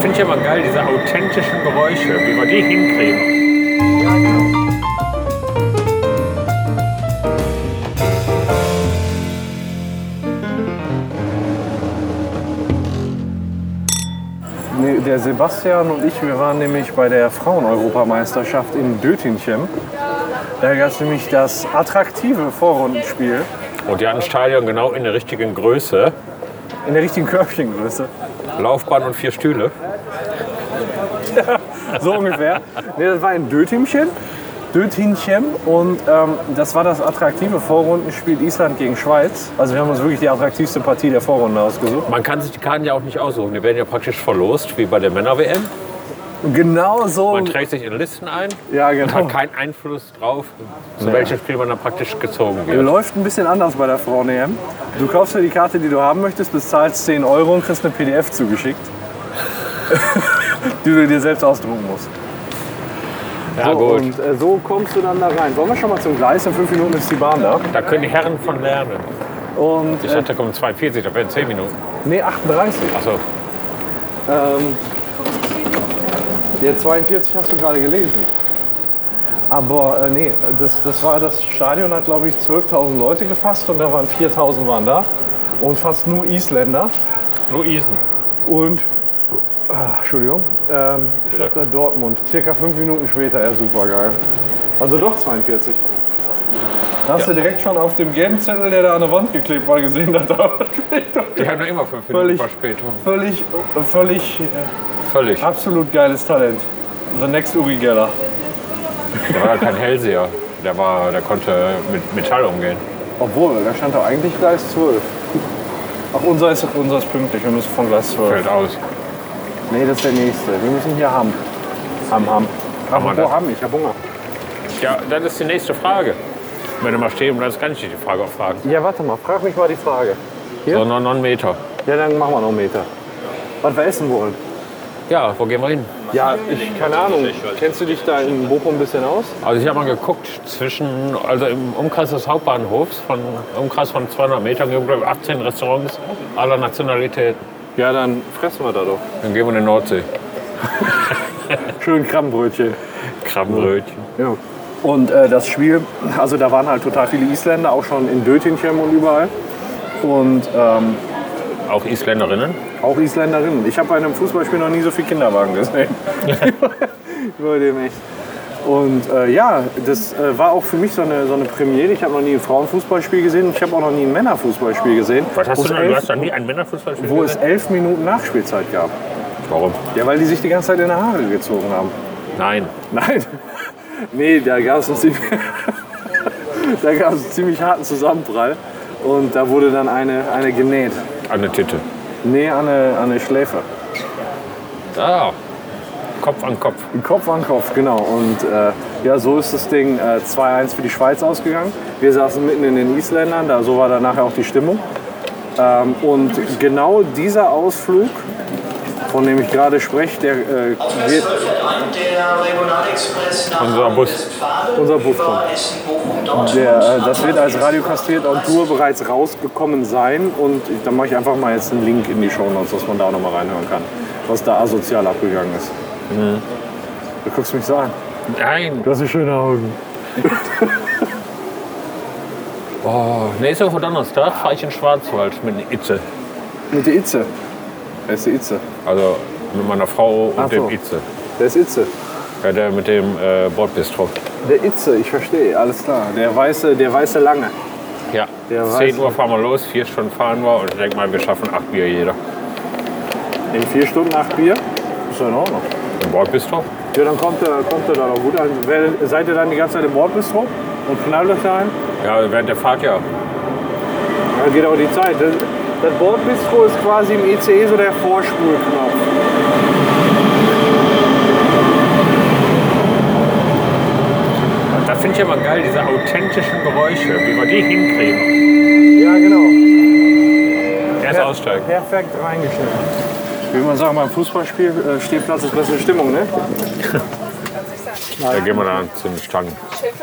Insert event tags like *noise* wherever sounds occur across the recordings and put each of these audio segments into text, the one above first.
Finde ich aber geil, diese authentischen Geräusche, wie wir die hinkriegen. Nee, der Sebastian und ich, wir waren nämlich bei der Frauen-Europameisterschaft in Dötinchen. Da gab es nämlich das attraktive Vorrundenspiel Und die haben ein Stadion genau in der richtigen Größe. in der richtigen Körbchengröße. Laufbahn und vier Stühle. So ungefähr. Nee, das war in Dötinchen. Dötinchen. Und ähm, das war das attraktive Vorrundenspiel Island gegen Schweiz. Also wir haben uns wirklich die attraktivste Partie der Vorrunde ausgesucht. Man kann sich die Karten ja auch nicht aussuchen. Die werden ja praktisch verlost, wie bei der Männer-WM. Und genau so. Man trägt sich in Listen ein Ja, und hat genau. keinen Einfluss drauf, zu welchem Spiel man dann praktisch gezogen wird. Läuft ein bisschen anders bei der Frauen-EM. Du kaufst dir die Karte, die du haben möchtest, bezahlst 10 Euro und kriegst eine PDF zugeschickt, *laughs* die du dir selbst ausdrucken musst. Ja, Ah, gut. Und äh, so kommst du dann da rein. Sollen wir schon mal zum Gleis? In fünf Minuten ist die Bahn da. Da können die Herren von lernen. Und, Ich äh, dachte, da kommen 42, da werden 10 Minuten. Also, nee, 38. Achso, Ähm, ja, 42 hast du gerade gelesen. Aber äh, nee, das, das war das Stadion hat glaube ich 12.000 Leute gefasst und da waren 4.000 waren da und fast nur Isländer nur Isen. und ah, Entschuldigung, ähm, ich glaube da Dortmund. Circa fünf Minuten später, ja super geil. Also doch 42. Da hast du direkt schon auf dem gelben Zettel, der da an der Wand geklebt war, gesehen, dass da was geklebt hat. Die haben ja immer 5 Minuten Völlig- Verspätung. *laughs* Völlig, völlig Völlig. Da Absolut geiles Talent. The next Uri Geller. war ja kein Hellseher. Der, war, der konnte mit Metall umgehen. Obwohl, da stand doch eigentlich Gleis 12. Ach, unser ist, unser ist pünktlich, wir müssen von Gleis 12. Fällt aus. Nee, das ist der nächste. Wir müssen hier haben. Ham, ham. Haben wir Apropos das? ham, ich hab Hunger. Ja, dann ist die nächste Frage. Wenn du mal stehen bleibst, kann ich dich die Frage auch fragen. Ja, warte mal, frag mich mal die Frage. So, noch noch einen Meter. Ja, dann machen wir noch einen Meter. Was wir essen wollen? Ja, wo gehen wir hin? Ja, ich, keine Ahnung. Kennst du dich da in Bochum ein bisschen aus? Also ich habe mal geguckt, zwischen, also im Umkreis des Hauptbahnhofs, von Umkreis von 200 Metern, gibt es glaub ich, 18 Restaurants aller Nationalitäten. Ja, dann fressen wir da doch. Dann gehen wir in die Nordsee. Schön Krabbenbrötchen. Krabbenbrötchen. Ja. Und äh, das Spiel, also da waren halt total viele Isländer, auch schon in Dötinchen und überall. Und ähm, Auch Isländerinnen. auch Isländerinnen. Ich habe bei einem Fußballspiel noch nie so viele Kinderwagen *laughs* gesehen. Über dem echt. Und äh, ja, das äh, war auch für mich so eine, so eine Premiere. Ich habe noch nie ein Frauenfußballspiel gesehen und ich habe auch noch nie ein Männerfußballspiel gesehen. Was hast wo du es denn? Du elf- hast doch nie ein Männerfußballspiel Wo es gesehen? elf Minuten Nachspielzeit gab. Warum? Ja, weil die sich die ganze Zeit in die Haare gezogen haben. *laughs* Nein. Nein. Nee, da gab es einen, ziemlich- *laughs* da gab's einen ziemlich harten Zusammenprall. Und da wurde dann eine, eine genäht. An der Titte. Nee, an eine, an eine Schläfe. Ah. Kopf an Kopf. Kopf an Kopf, genau. Und äh, ja, so ist das Ding äh, 2-1 für die Schweiz ausgegangen. Wir saßen mitten in den Isländern, da, so war dann nachher auch die Stimmung. Ähm, und genau dieser Ausflug, von dem ich gerade spreche, der äh, Es wird läuft an der Regionalexpress nach Unser Bus. Westfalen Unser Bus kommt. über Essen, Bochum, Dortmund. Der, äh, das wird als Radio kastriert on Tour bereits rausgekommen sein und ich, dann mache ich einfach mal jetzt einen Link in die Show Notes, dass man da noch mal reinhören kann, was da asozial abgegangen ist. Du guckst mich so an. Nein. Du hast schöne Augen. Oh, nächste Woche Donnerstag fahre ich in den Schwarzwald mit Itze. Mit der Itze. Wer ist die Itze? Also mit meiner Frau und Ach so. dem Itze. Der ist Itze. Ja, der mit dem äh, Bordbistro. Der Itze, ich verstehe, alles klar. Der weiße, der weiße Lange. Ja, Der weiß 10 Uhr fahren wir los, 4 Stunden fahren wir und ich denke mal, wir schaffen 8 Bier jeder. In vier Stunden acht Bier. Ist ja in Ordnung. Im Bordbistro? Ja, dann kommt er, kommt er da noch gut an. Wer- Seid ihr dann die ganze Zeit im Bordbistro und knallt euch da ein? Ja, während der Fahrt ja. Da geht auch genau, die Zeit. Das, das Bordbistro ist quasi im ECE so der Vorspulknopf. Das finde ich aber geil, diese authentischen Geräusche, wie wir die hinkriegen. Ja, genau. Erst aussteigen. Perfekt reingeschnitten. Wie man sagt, beim Fußballspiel, äh, Stehplatz ist bessere Stimmung, ne? Da gehen wir dann zu den Stangen. Stehen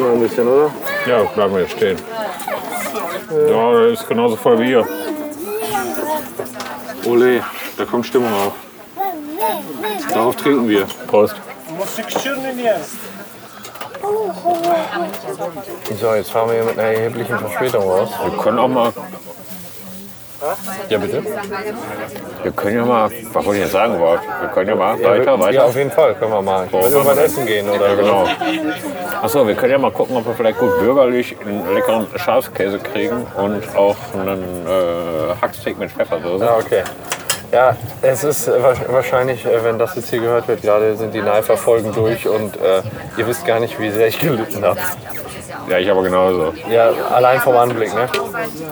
wir ein bisschen, oder? Ja, bleiben wir jetzt stehen. Ja, das ist genauso voll wie ihr. Ole. Da kommt Stimmung auf. Darauf trinken wir. Prost. Musik So, jetzt fahren wir hier mit einer erheblichen Verspätung raus. Wir können auch mal. Ja, bitte? Wir können ja mal. Was wollte ich jetzt sagen überhaupt? Wir können ja mal weiter, weiter. Ja, auf jeden Fall, können wir mal. Wollen wir mal essen gehen oder Ja, genau. Achso, wir können ja mal gucken, ob wir vielleicht gut bürgerlich einen leckeren Schafskäse kriegen und auch einen äh, Hacksteak mit Pfeffersoße. Ja, okay. Ja, es ist äh, wa- wahrscheinlich, äh, wenn das jetzt hier gehört wird, gerade sind die Nahe-Verfolgen durch und äh, ihr wisst gar nicht, wie sehr ich gelitten habe. Ja, ich aber genauso. Ja, allein vom Anblick, ne?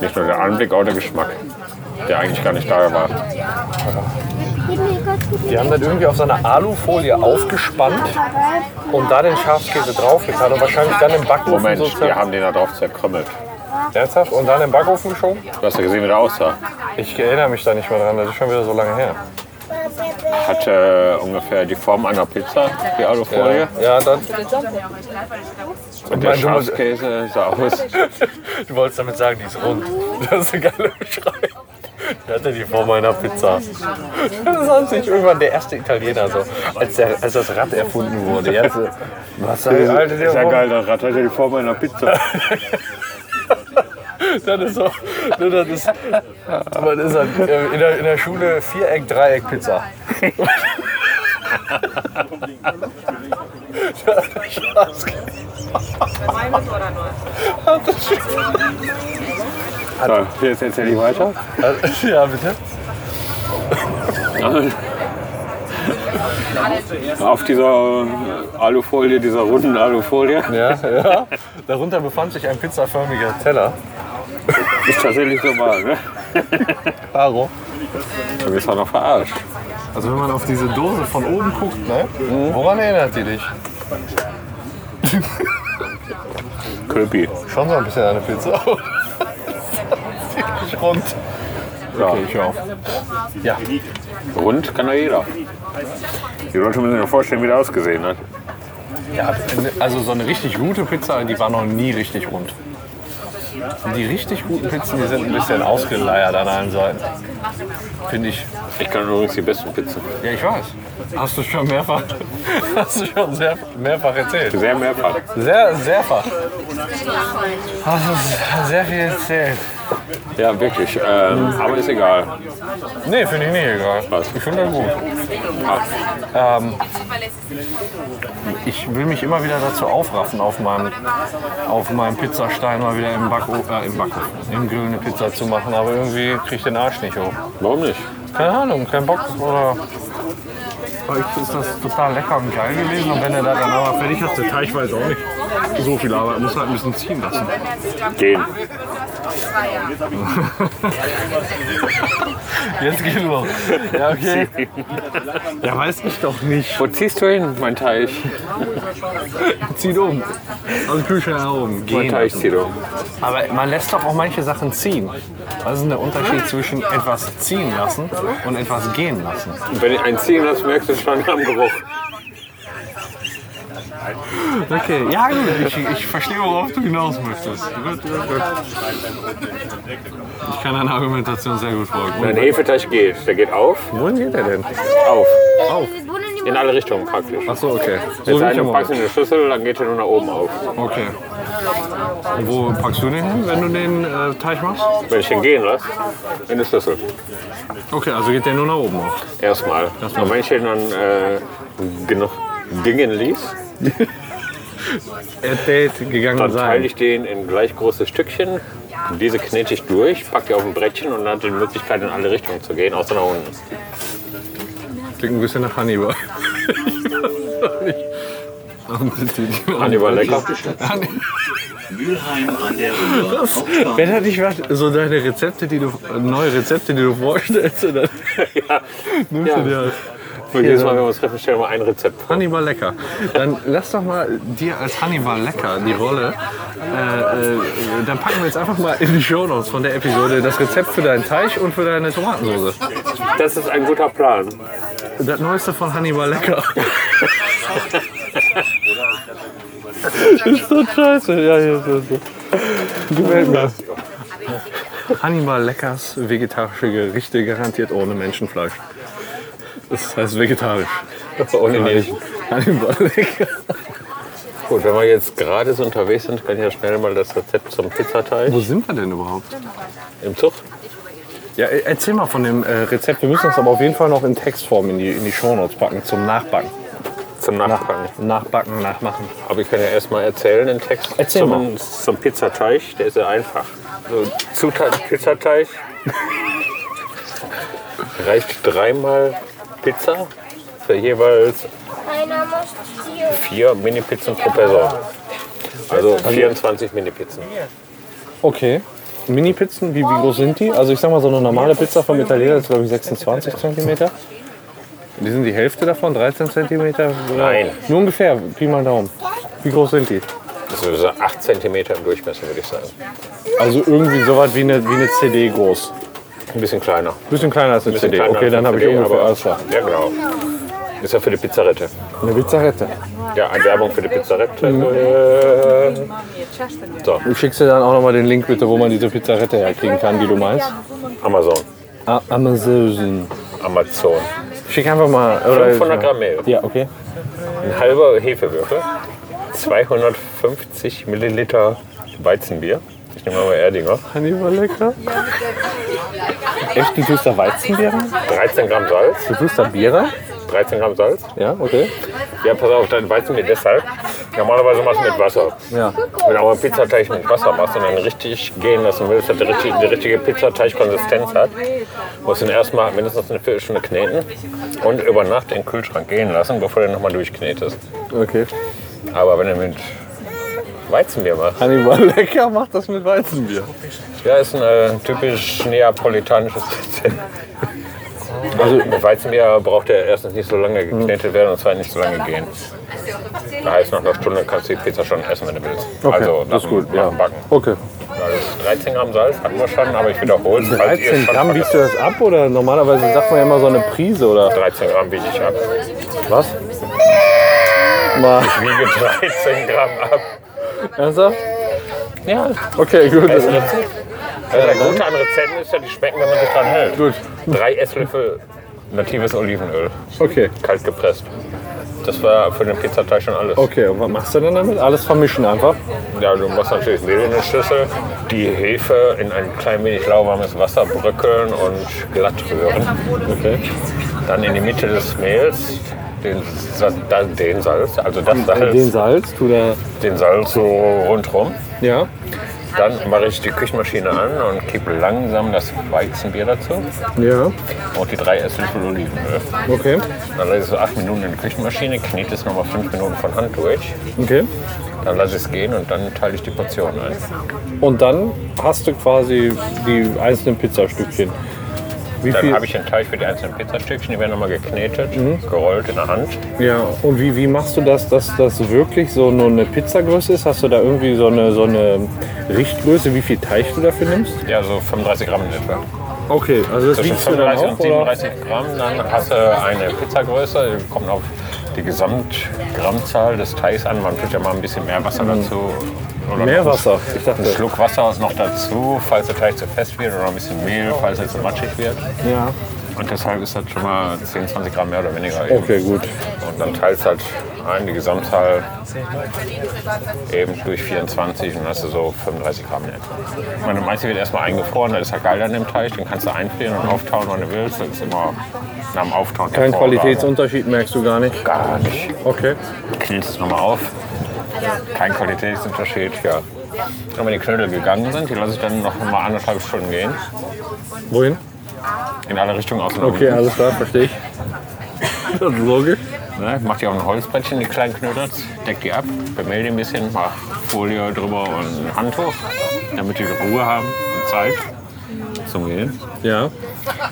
Nicht nur der Anblick, auch der Geschmack, der eigentlich gar nicht da war. Die haben das irgendwie auf so einer Alufolie aufgespannt und da den Schafskäse draufgetan und wahrscheinlich dann im Backofen Moment, so wir zer- haben den da drauf zerkrümmelt. Ernsthaft? Und dann im Backofen geschoben? Du hast ja gesehen, wie der aussah. Ich erinnere mich da nicht mehr dran, das ist schon wieder so lange her. Hatte äh, ungefähr die Form einer Pizza, die Alufolie. Ja, dann, Und der Mein Dumme- Schafskäse sah aus. du wolltest damit sagen, die ist rund. Das ist eine geile Beschreibung. Die hatte die Form einer Pizza. Das ist an sich irgendwann der erste Italiener, so, als, der, als das Rad erfunden wurde. Ja, so, was sagt Ist ja geil, das Rad hatte die Form einer Pizza. *laughs* Das ist so, ne, das ist, man ist halt, äh, in, der, in der Schule Viereck, Dreieck, Pizza. So, jetzt erzähl ich weiter. Also, *laughs* ja, bitte. Auf dieser Alufolie, dieser runden Alufolie, Ja, ja. Darunter befand sich ein pizzaförmiger Teller. ist tatsächlich so wahr, ne? Aro. Du bist doch noch verarscht. Also wenn man auf diese Dose von oben guckt, ne? Woran erinnert die dich? Köpi. Schon so ein bisschen an eine Pizza. *laughs* Das ist nicht rund. Ja. Okay, ich hör auf. Ja. Rund kann doch jeder. Die Leute müssen sich ja vorstellen, wie der ausgesehen hat. ja. Also so eine richtig gute Pizza, die war noch nie richtig rund. Die richtig guten Pizzen, die sind ein bisschen ausgeleiert an allen Seiten. Finde ich. Ich kann übrigens die besten Pizzen. Ja, ich weiß. Hast du schon mehrfach, *laughs* hast du schon sehr, mehrfach erzählt. Sehr mehrfach. Sehr, sehr fach. Hast du sehr viel erzählt. Ja, wirklich. Ähm, aber ist egal. Nee, finde ich nicht egal. Was? Ich finde das gut. Ähm, Ich will mich immer wieder dazu aufraffen, auf meinem, auf meinem Pizzastein mal wieder im Backo, äh, im Backo, im Grill eine Pizza zu machen, aber irgendwie kriege ich den Arsch nicht hoch. Warum nicht? Keine Ahnung, kein Bock oder... Weil ich ist das total lecker und geil gewesen und wenn er da dann aber fertig ist, der Teig weiß auch nicht so viel Arbeit, muss halt ein bisschen ziehen lassen. Gehen. Jetzt geht's los. Ja, okay. Ja, weiß ich doch nicht. Wo ziehst du hin, mein Teich? Zieht um. Also Kühlschrank herum. Mein Gehen. Teich zieht um. Aber man lässt doch auch manche Sachen ziehen. Was ist denn der Unterschied zwischen etwas ziehen lassen und etwas gehen lassen? Und Wenn ich einen ziehen lasse, merkst du schon am Geruch. Okay, ja gut, ich, ich verstehe, worauf du hinaus möchtest. Gut, gut, gut. Ich kann deiner Argumentation sehr gut folgen. Mein Hefeteig geht. Der geht auf, Wohin geht er denn? auf. Auf. In alle Richtungen praktisch. Achso, okay. Jetzt wie ich einen immer. packst du in eine Schüssel, dann geht er nur nach oben auf. Okay. Und wo packst du den hin, wenn du den äh, Teig machst? Wenn ich den gehen lasse, in eine Schüssel. Okay, also geht der nur nach oben auf. Erstmal. Und wenn ich den dann äh, genug gingen ließ, Er date gegangen Dann teile sein. ich den in gleich große Stückchen. Diese knete ich durch, packe die auf ein Brettchen und dann hat die Möglichkeit, in alle Richtungen zu gehen, außer nach unten. Klingt ein bisschen nach Hannibal. *laughs* Hannibal *laughs* lecker. Mülheim an der Ruhr. Wenn er dich was, so deine Rezepte, die du, neue Rezepte, die du vorstellst, *laughs* dann ja. nimmst Ja. du dir als Und jedes Mal, wenn wir uns treffen, stellen wir ein Rezept vor. Hannibal Lecker. Dann lass doch mal dir als Hannibal Lecker die Rolle. Äh, äh, dann packen wir jetzt einfach mal in die Show Notes von der Episode das Rezept für deinen Teich und für deine Tomatensoße. Das ist ein guter Plan. Das neueste von Hannibal *laughs* Lecker. ist so scheiße. Ja, ja, ja. Gefällt mir. Hannibal Leckers vegetarische Gerichte garantiert ohne Menschenfleisch. Das heißt vegetarisch. *laughs* Ohne Näschen. Hannibal. Gut, wenn wir jetzt gerade so unterwegs sind, kann ich ja schnell mal das Rezept zum Pizzateig Wo sind wir denn überhaupt? im Zug. Ja, äh, erzähl mal von dem äh, Rezept. Wir müssen das aber auf jeden Fall noch in Textform in die, in die Shownotes packen, zum Nachbacken. Zum Nachbacken. Nachbacken, nachmachen. Aber ich kann ja erstmal erzählen den Text Erzähl zum, zum Pizzateig. Der ist ja einfach. So, Zutat Pizzateig. *laughs* Reicht dreimal Pizza für jeweils vier Mini-Pizzen pro Person. Also 24 Mini-Pizzen. Okay. Mini-Pizzen, wie, wie groß sind die? Also ich sag mal, so eine normale Pizza vom Italiener ist glaube ich 26 cm. Die sind die Hälfte davon, 13 cm. Nein, Nur ungefähr, Pi mal Daumen. Wie groß sind die? das ist so 8 cm im Durchmesser, würde ich sagen. Also irgendwie so was wie eine, wie eine CD groß. Ein bisschen kleiner. Bisschen kleiner als eine Bisschen CD. kleiner Okay, als dann eine habe ich CD, ungefähr aber- alles klar. Ja, genau. Ist ja für die Pizzarette. Eine Pizzarette. Ja, Werbung für die Pizzarette. Äh, Du schickst dir dann auch nochmal den Link bitte, wo man diese Pizzarette herkriegen kann, die du meinst. Amazon. Ah, Amazon. Amazon. Schick einfach mal. Oder 500 Gramm Mehl. Ja, okay. Ein halber Hefewürfel, 250 Milliliter Weizenbier. Ich nehme mal Erdinger. Hannibal lecker. Echt, du tust da Weizenbier rein? 13 Gramm Salz. Du tust da Bier rein? 13 Gramm Salz. Ja, okay. Ja, pass auf, dein Weizenbier deshalb. Normalerweise machst du mit Wasser. Ja. Wenn du aber einen Pizzateig mit Wasser machst und dann richtig gehen lassen willst, dass die richtige, die richtige Pizzateigkonsistenz hat, musst du ihn erstmal mindestens eine Viertelstunde kneten und über Nacht in den Kühlschrank gehen lassen, bevor du ihn nochmal durchknetest. Okay. Aber wenn du mit Weizenbier machst, Hannibal lecker macht das mit Weizenbier. Ja, ist ein äh, typisch neapolitanisches *laughs* Rezept. Also mit Weizenbier braucht er erstens nicht so lange Mhm. geknetet werden und zweitens nicht so lange gehen. Da heißt nach einer Stunde kannst du die Pizza schon essen, wenn du willst. also nach das dem- ist gut, nach ja. dem Backen. Okay. Also 13 Gramm Salz hatten wir schon, aber ich wiederhole es. falls ihr es 13 schon Gramm wiegst du vergessen- das ab oder normalerweise sagt man ja immer so eine Prise oder 13 Gramm wiege ich ab. was? Mal. Wiege 13 Gramm ab. Ernsthaft? Ja. Okay, gut. Das Rezept. Also der Gute an Rezepten ist ja, die schmecken, wenn man sich dran hält. Gut. Drei Esslöffel natives Olivenöl, Okay. kalt gepresst. Das war für den Pizzateig schon alles. Okay, und was machst du denn damit? Alles vermischen einfach. Ja, also du machst natürlich Mehl in eine Schüssel, die Hefe in ein klein wenig lauwarmes Wasser bröckeln und glatt rühren. Dann in die Mitte des Mehls den, Sa- dann den Salz, also das Salz, Äh, Den den, Salz, tu da. Salz so rundrum. Ja. Dann mache ich die Küchenmaschine an und kippe langsam das Weizenbier dazu Ja. und die drei Esslöffel Olivenöl. Okay. Dann lasse ich es so acht Minuten in die Küchenmaschine, knete es nochmal fünf Minuten von Hand durch. Okay. Dann lasse ich es gehen und dann teile ich die Portionen ein. Und dann hast du quasi die einzelnen Pizzastückchen. Wie Dann viel? Mhm. habe ich den Teig für die einzelnen Pizzastückchen, die werden nochmal geknetet, gerollt in der Hand. Ja. Und wie, wie machst du das, dass das wirklich so nur eine Pizzagröße ist? Hast du da irgendwie so eine, so eine Richtgröße, wie viel Teig du dafür nimmst? Ja, so 35 Gramm in etwa. Okay, also das Zwischen wiegst du dann 35 auf, und oder? 37 Gramm, dann hast du eine Pizzagröße, die kommt auf die Gesamtgrammzahl des Teigs an. Man tut ja mal ein bisschen mehr Wasser dazu. Oder Mhm. Mehr noch einen Wasser, ich Einen dachte. Schluck Wasser noch dazu, falls der Teig zu fest wird, oder ein bisschen Mehl, falls er zu matschig wird. Ja. Und deshalb ist das schon mal 10, 20 Gramm mehr oder weniger. Eben. Okay, gut. Und dann teilst halt ein, die Gesamtzahl eben durch 24 und hast du so 35 Gramm in etwa. Ich meine, meiste wird erstmal eingefroren, das ist ja geil an dem Teich, den kannst du einfrieren und auftauen, wann du willst. Das ist immer nach dem Auftauen. Kein hervorragend. Qualitätsunterschied merkst du gar nicht. Gar nicht. Okay. Knetest es nochmal auf. Kein Qualitätsunterschied, ja. Und wenn die Knödel gegangen sind, die lasse ich dann noch mal anderthalb Stunden gehen. Wohin? In alle Richtungen außen Okay, alles klar, verstehe ich. Das ist logisch. Ne? Mach die auf ein Holzbrettchen, die kleinen Knödel, deck die ab, bemehl die ein bisschen, mach Folie drüber und ein Handtuch, damit die Ruhe haben und Zeit zum Gehen. Ja.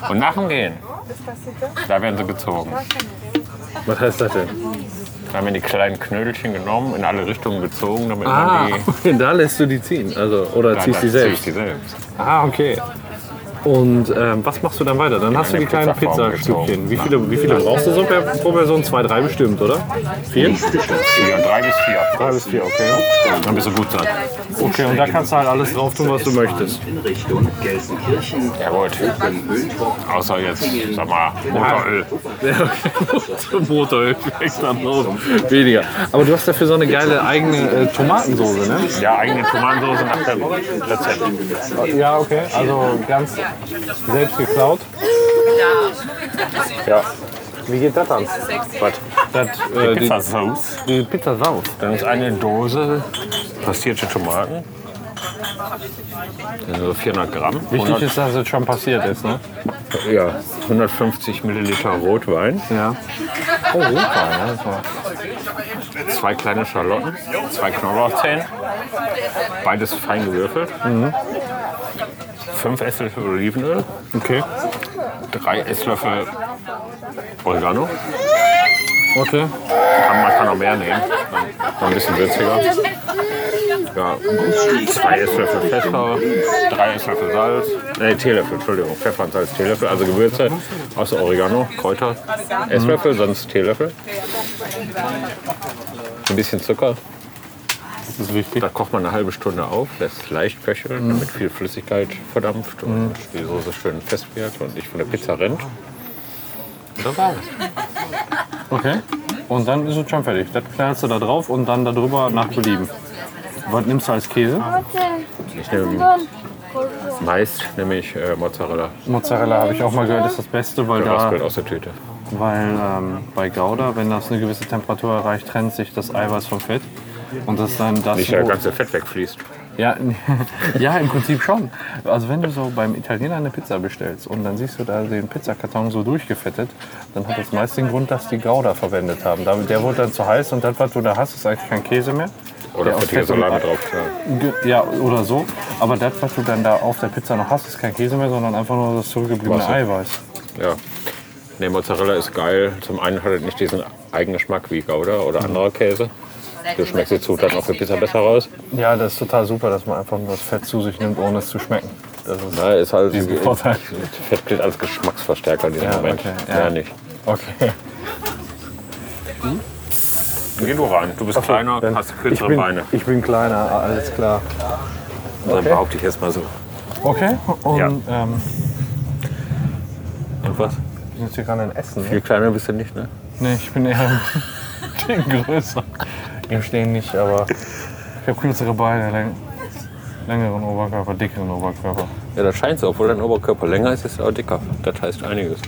Und nach dem Gehen, da werden sie gezogen. Was heißt das denn? Da werden die kleinen Knödelchen genommen, in alle Richtungen gezogen, damit Ah, man die... *laughs* da lässt du die ziehen. Also, oder Ja, ziehst dann zieh die ich selbst. die selbst. Ah, okay. Und ähm, was machst du dann weiter? Dann hast du eine die kleinen Pizzaform Pizzastückchen. gezogen. Wie viele, wie viele brauchst du so per, pro Person? Zwei, drei bestimmt, oder? Vier? Ja, drei bis vier. Drei bis vier, okay. Dann bist du gut dran. Okay, und da kannst du halt alles drauf tun, was du möchtest. In Richtung Gelsenkirchen. Jawohl. Außer jetzt, sag mal, Motoröl. Motoröl kriegst dann drauf. Weniger. Aber du hast dafür so eine geile eigene äh, Tomatensoße, ne? Ja, eigene Tomatensauce nach dem Rezept. Ja, okay. Also ganz selbst geklaut. Ja. Wie geht das dann? Was? Das, äh, die, Pizzasauce. die Pizza saus. Dann ist eine Dose pastierte Tomaten. Das sind so 400 Gramm. Wichtig ist, dass es schon passiert ist, ne? ja, 150 Milliliter Rotwein. ne? Ja. Oh, super. Ja, das war Zwei kleine Schalotten, zwei Knoblauchzehen, beides fein gewürfelt. Fünf Esslöffel Olivenöl, okay. drei Esslöffel Oregano. Okay. Kann, man kann auch mehr nehmen, dann ein bisschen würziger. Ja, zwei Esslöffel Pfeffer, drei Esslöffel Salz, nee, Teelöffel, Entschuldigung, Pfeffer und Salz, Teelöffel, also Gewürze, außer Oregano, Kräuter, Esslöffel, sonst Teelöffel. Ein bisschen Zucker, Das ist wichtig. Mhm. Da kocht man eine halbe Stunde auf, lässt es leicht köcheln, damit viel Flüssigkeit verdampft und die Soße schön fest wird und nicht von der Pizza rennt. Das war alles. Okay. Und dann ist es schon fertig. Das knallst du da drauf und dann darüber nach Belieben. Was nimmst du als Käse? Ich nehme meist nehme ich äh, Mozzarella Mozzarella habe ich auch mal gehört, ist das Beste, weil da, geraspelt aus der Tüte. weil ähm, bei Gouda, wenn das eine gewisse Temperatur erreicht, trennt sich das Eiweiß vom Fett. Und das ist dann das. Nicht der wo- ganze Fett wegfließt. Ja, *laughs* ja, im Prinzip schon. Also wenn du so beim Italiener eine Pizza bestellst und dann siehst du da den Pizzakarton so durchgefettet, dann hat das meist den Grund, dass die Gouda verwendet haben. Da- Der wurde dann zu heiß und das, was du da hast, ist eigentlich kein Käse mehr. Oder Der aus fettige Fett und Salami Ei- drauf. Klar. Ge- Ja, oder so. Aber das, was du dann da auf der Pizza noch hast, ist kein Käse mehr, sondern einfach nur das zurückgebliebene Wasser. Eiweiß. Ja. Nee, Mozzarella ist geil. Zum einen hat er nicht diesen Eigengeschmack wie Gouda oder anderer Käse. Du schmeckst die Zutaten auf der Pizza besser raus. Ja, das ist total super, dass man einfach nur das Fett zu sich nimmt, ohne es zu schmecken. Das ist Na, ist halt Diesen Vorteil. Fett gilt als Geschmacksverstärker in diesem Ja, Moment. okay, ja. ja. nicht. okay. Geh du rein. Du bist kleiner, Dann- hast ich kürzere bin, Beine. Ich bin kleiner, alles klar. Dann behaupte ich jetzt mal so. Okay, und Ja. ähm, Und was? ich bin jetzt hier gerade in Essen. Ne? Viel kleiner bist du nicht, ne? Nee, ich bin eher *laughs* den größer. Im Stehen nicht, aber ich habe kürzere Beine, läng längeren Oberkörper, dickeren Oberkörper. Ja, das scheint so. Obwohl dein Oberkörper länger ist, ist er auch dicker. Das heißt einiges.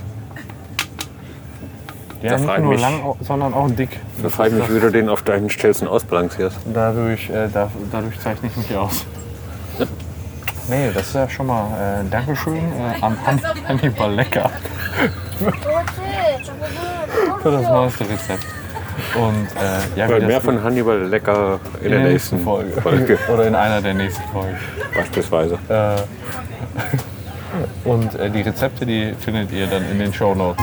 Ja, frag nicht ich nur mich. lang, sondern auch dick. Da frage ich mich, wie du den auf deinen Stelzen ausbalancierst. Dadurch, äh, da, dadurch zeichne ich mich aus. Nee, das ist ja schon mal äh, Dankeschön äh, am Han Hannibal Lecker für das neueste Rezept. Und äh, ja, wie Hört das- mehr von Hannibal lecker in, der nächsten Folge. *laughs* Oder in einer der nächsten Folgen. Beispielsweise. Und äh, die Rezepte, die findet ihr dann in den Show Notes.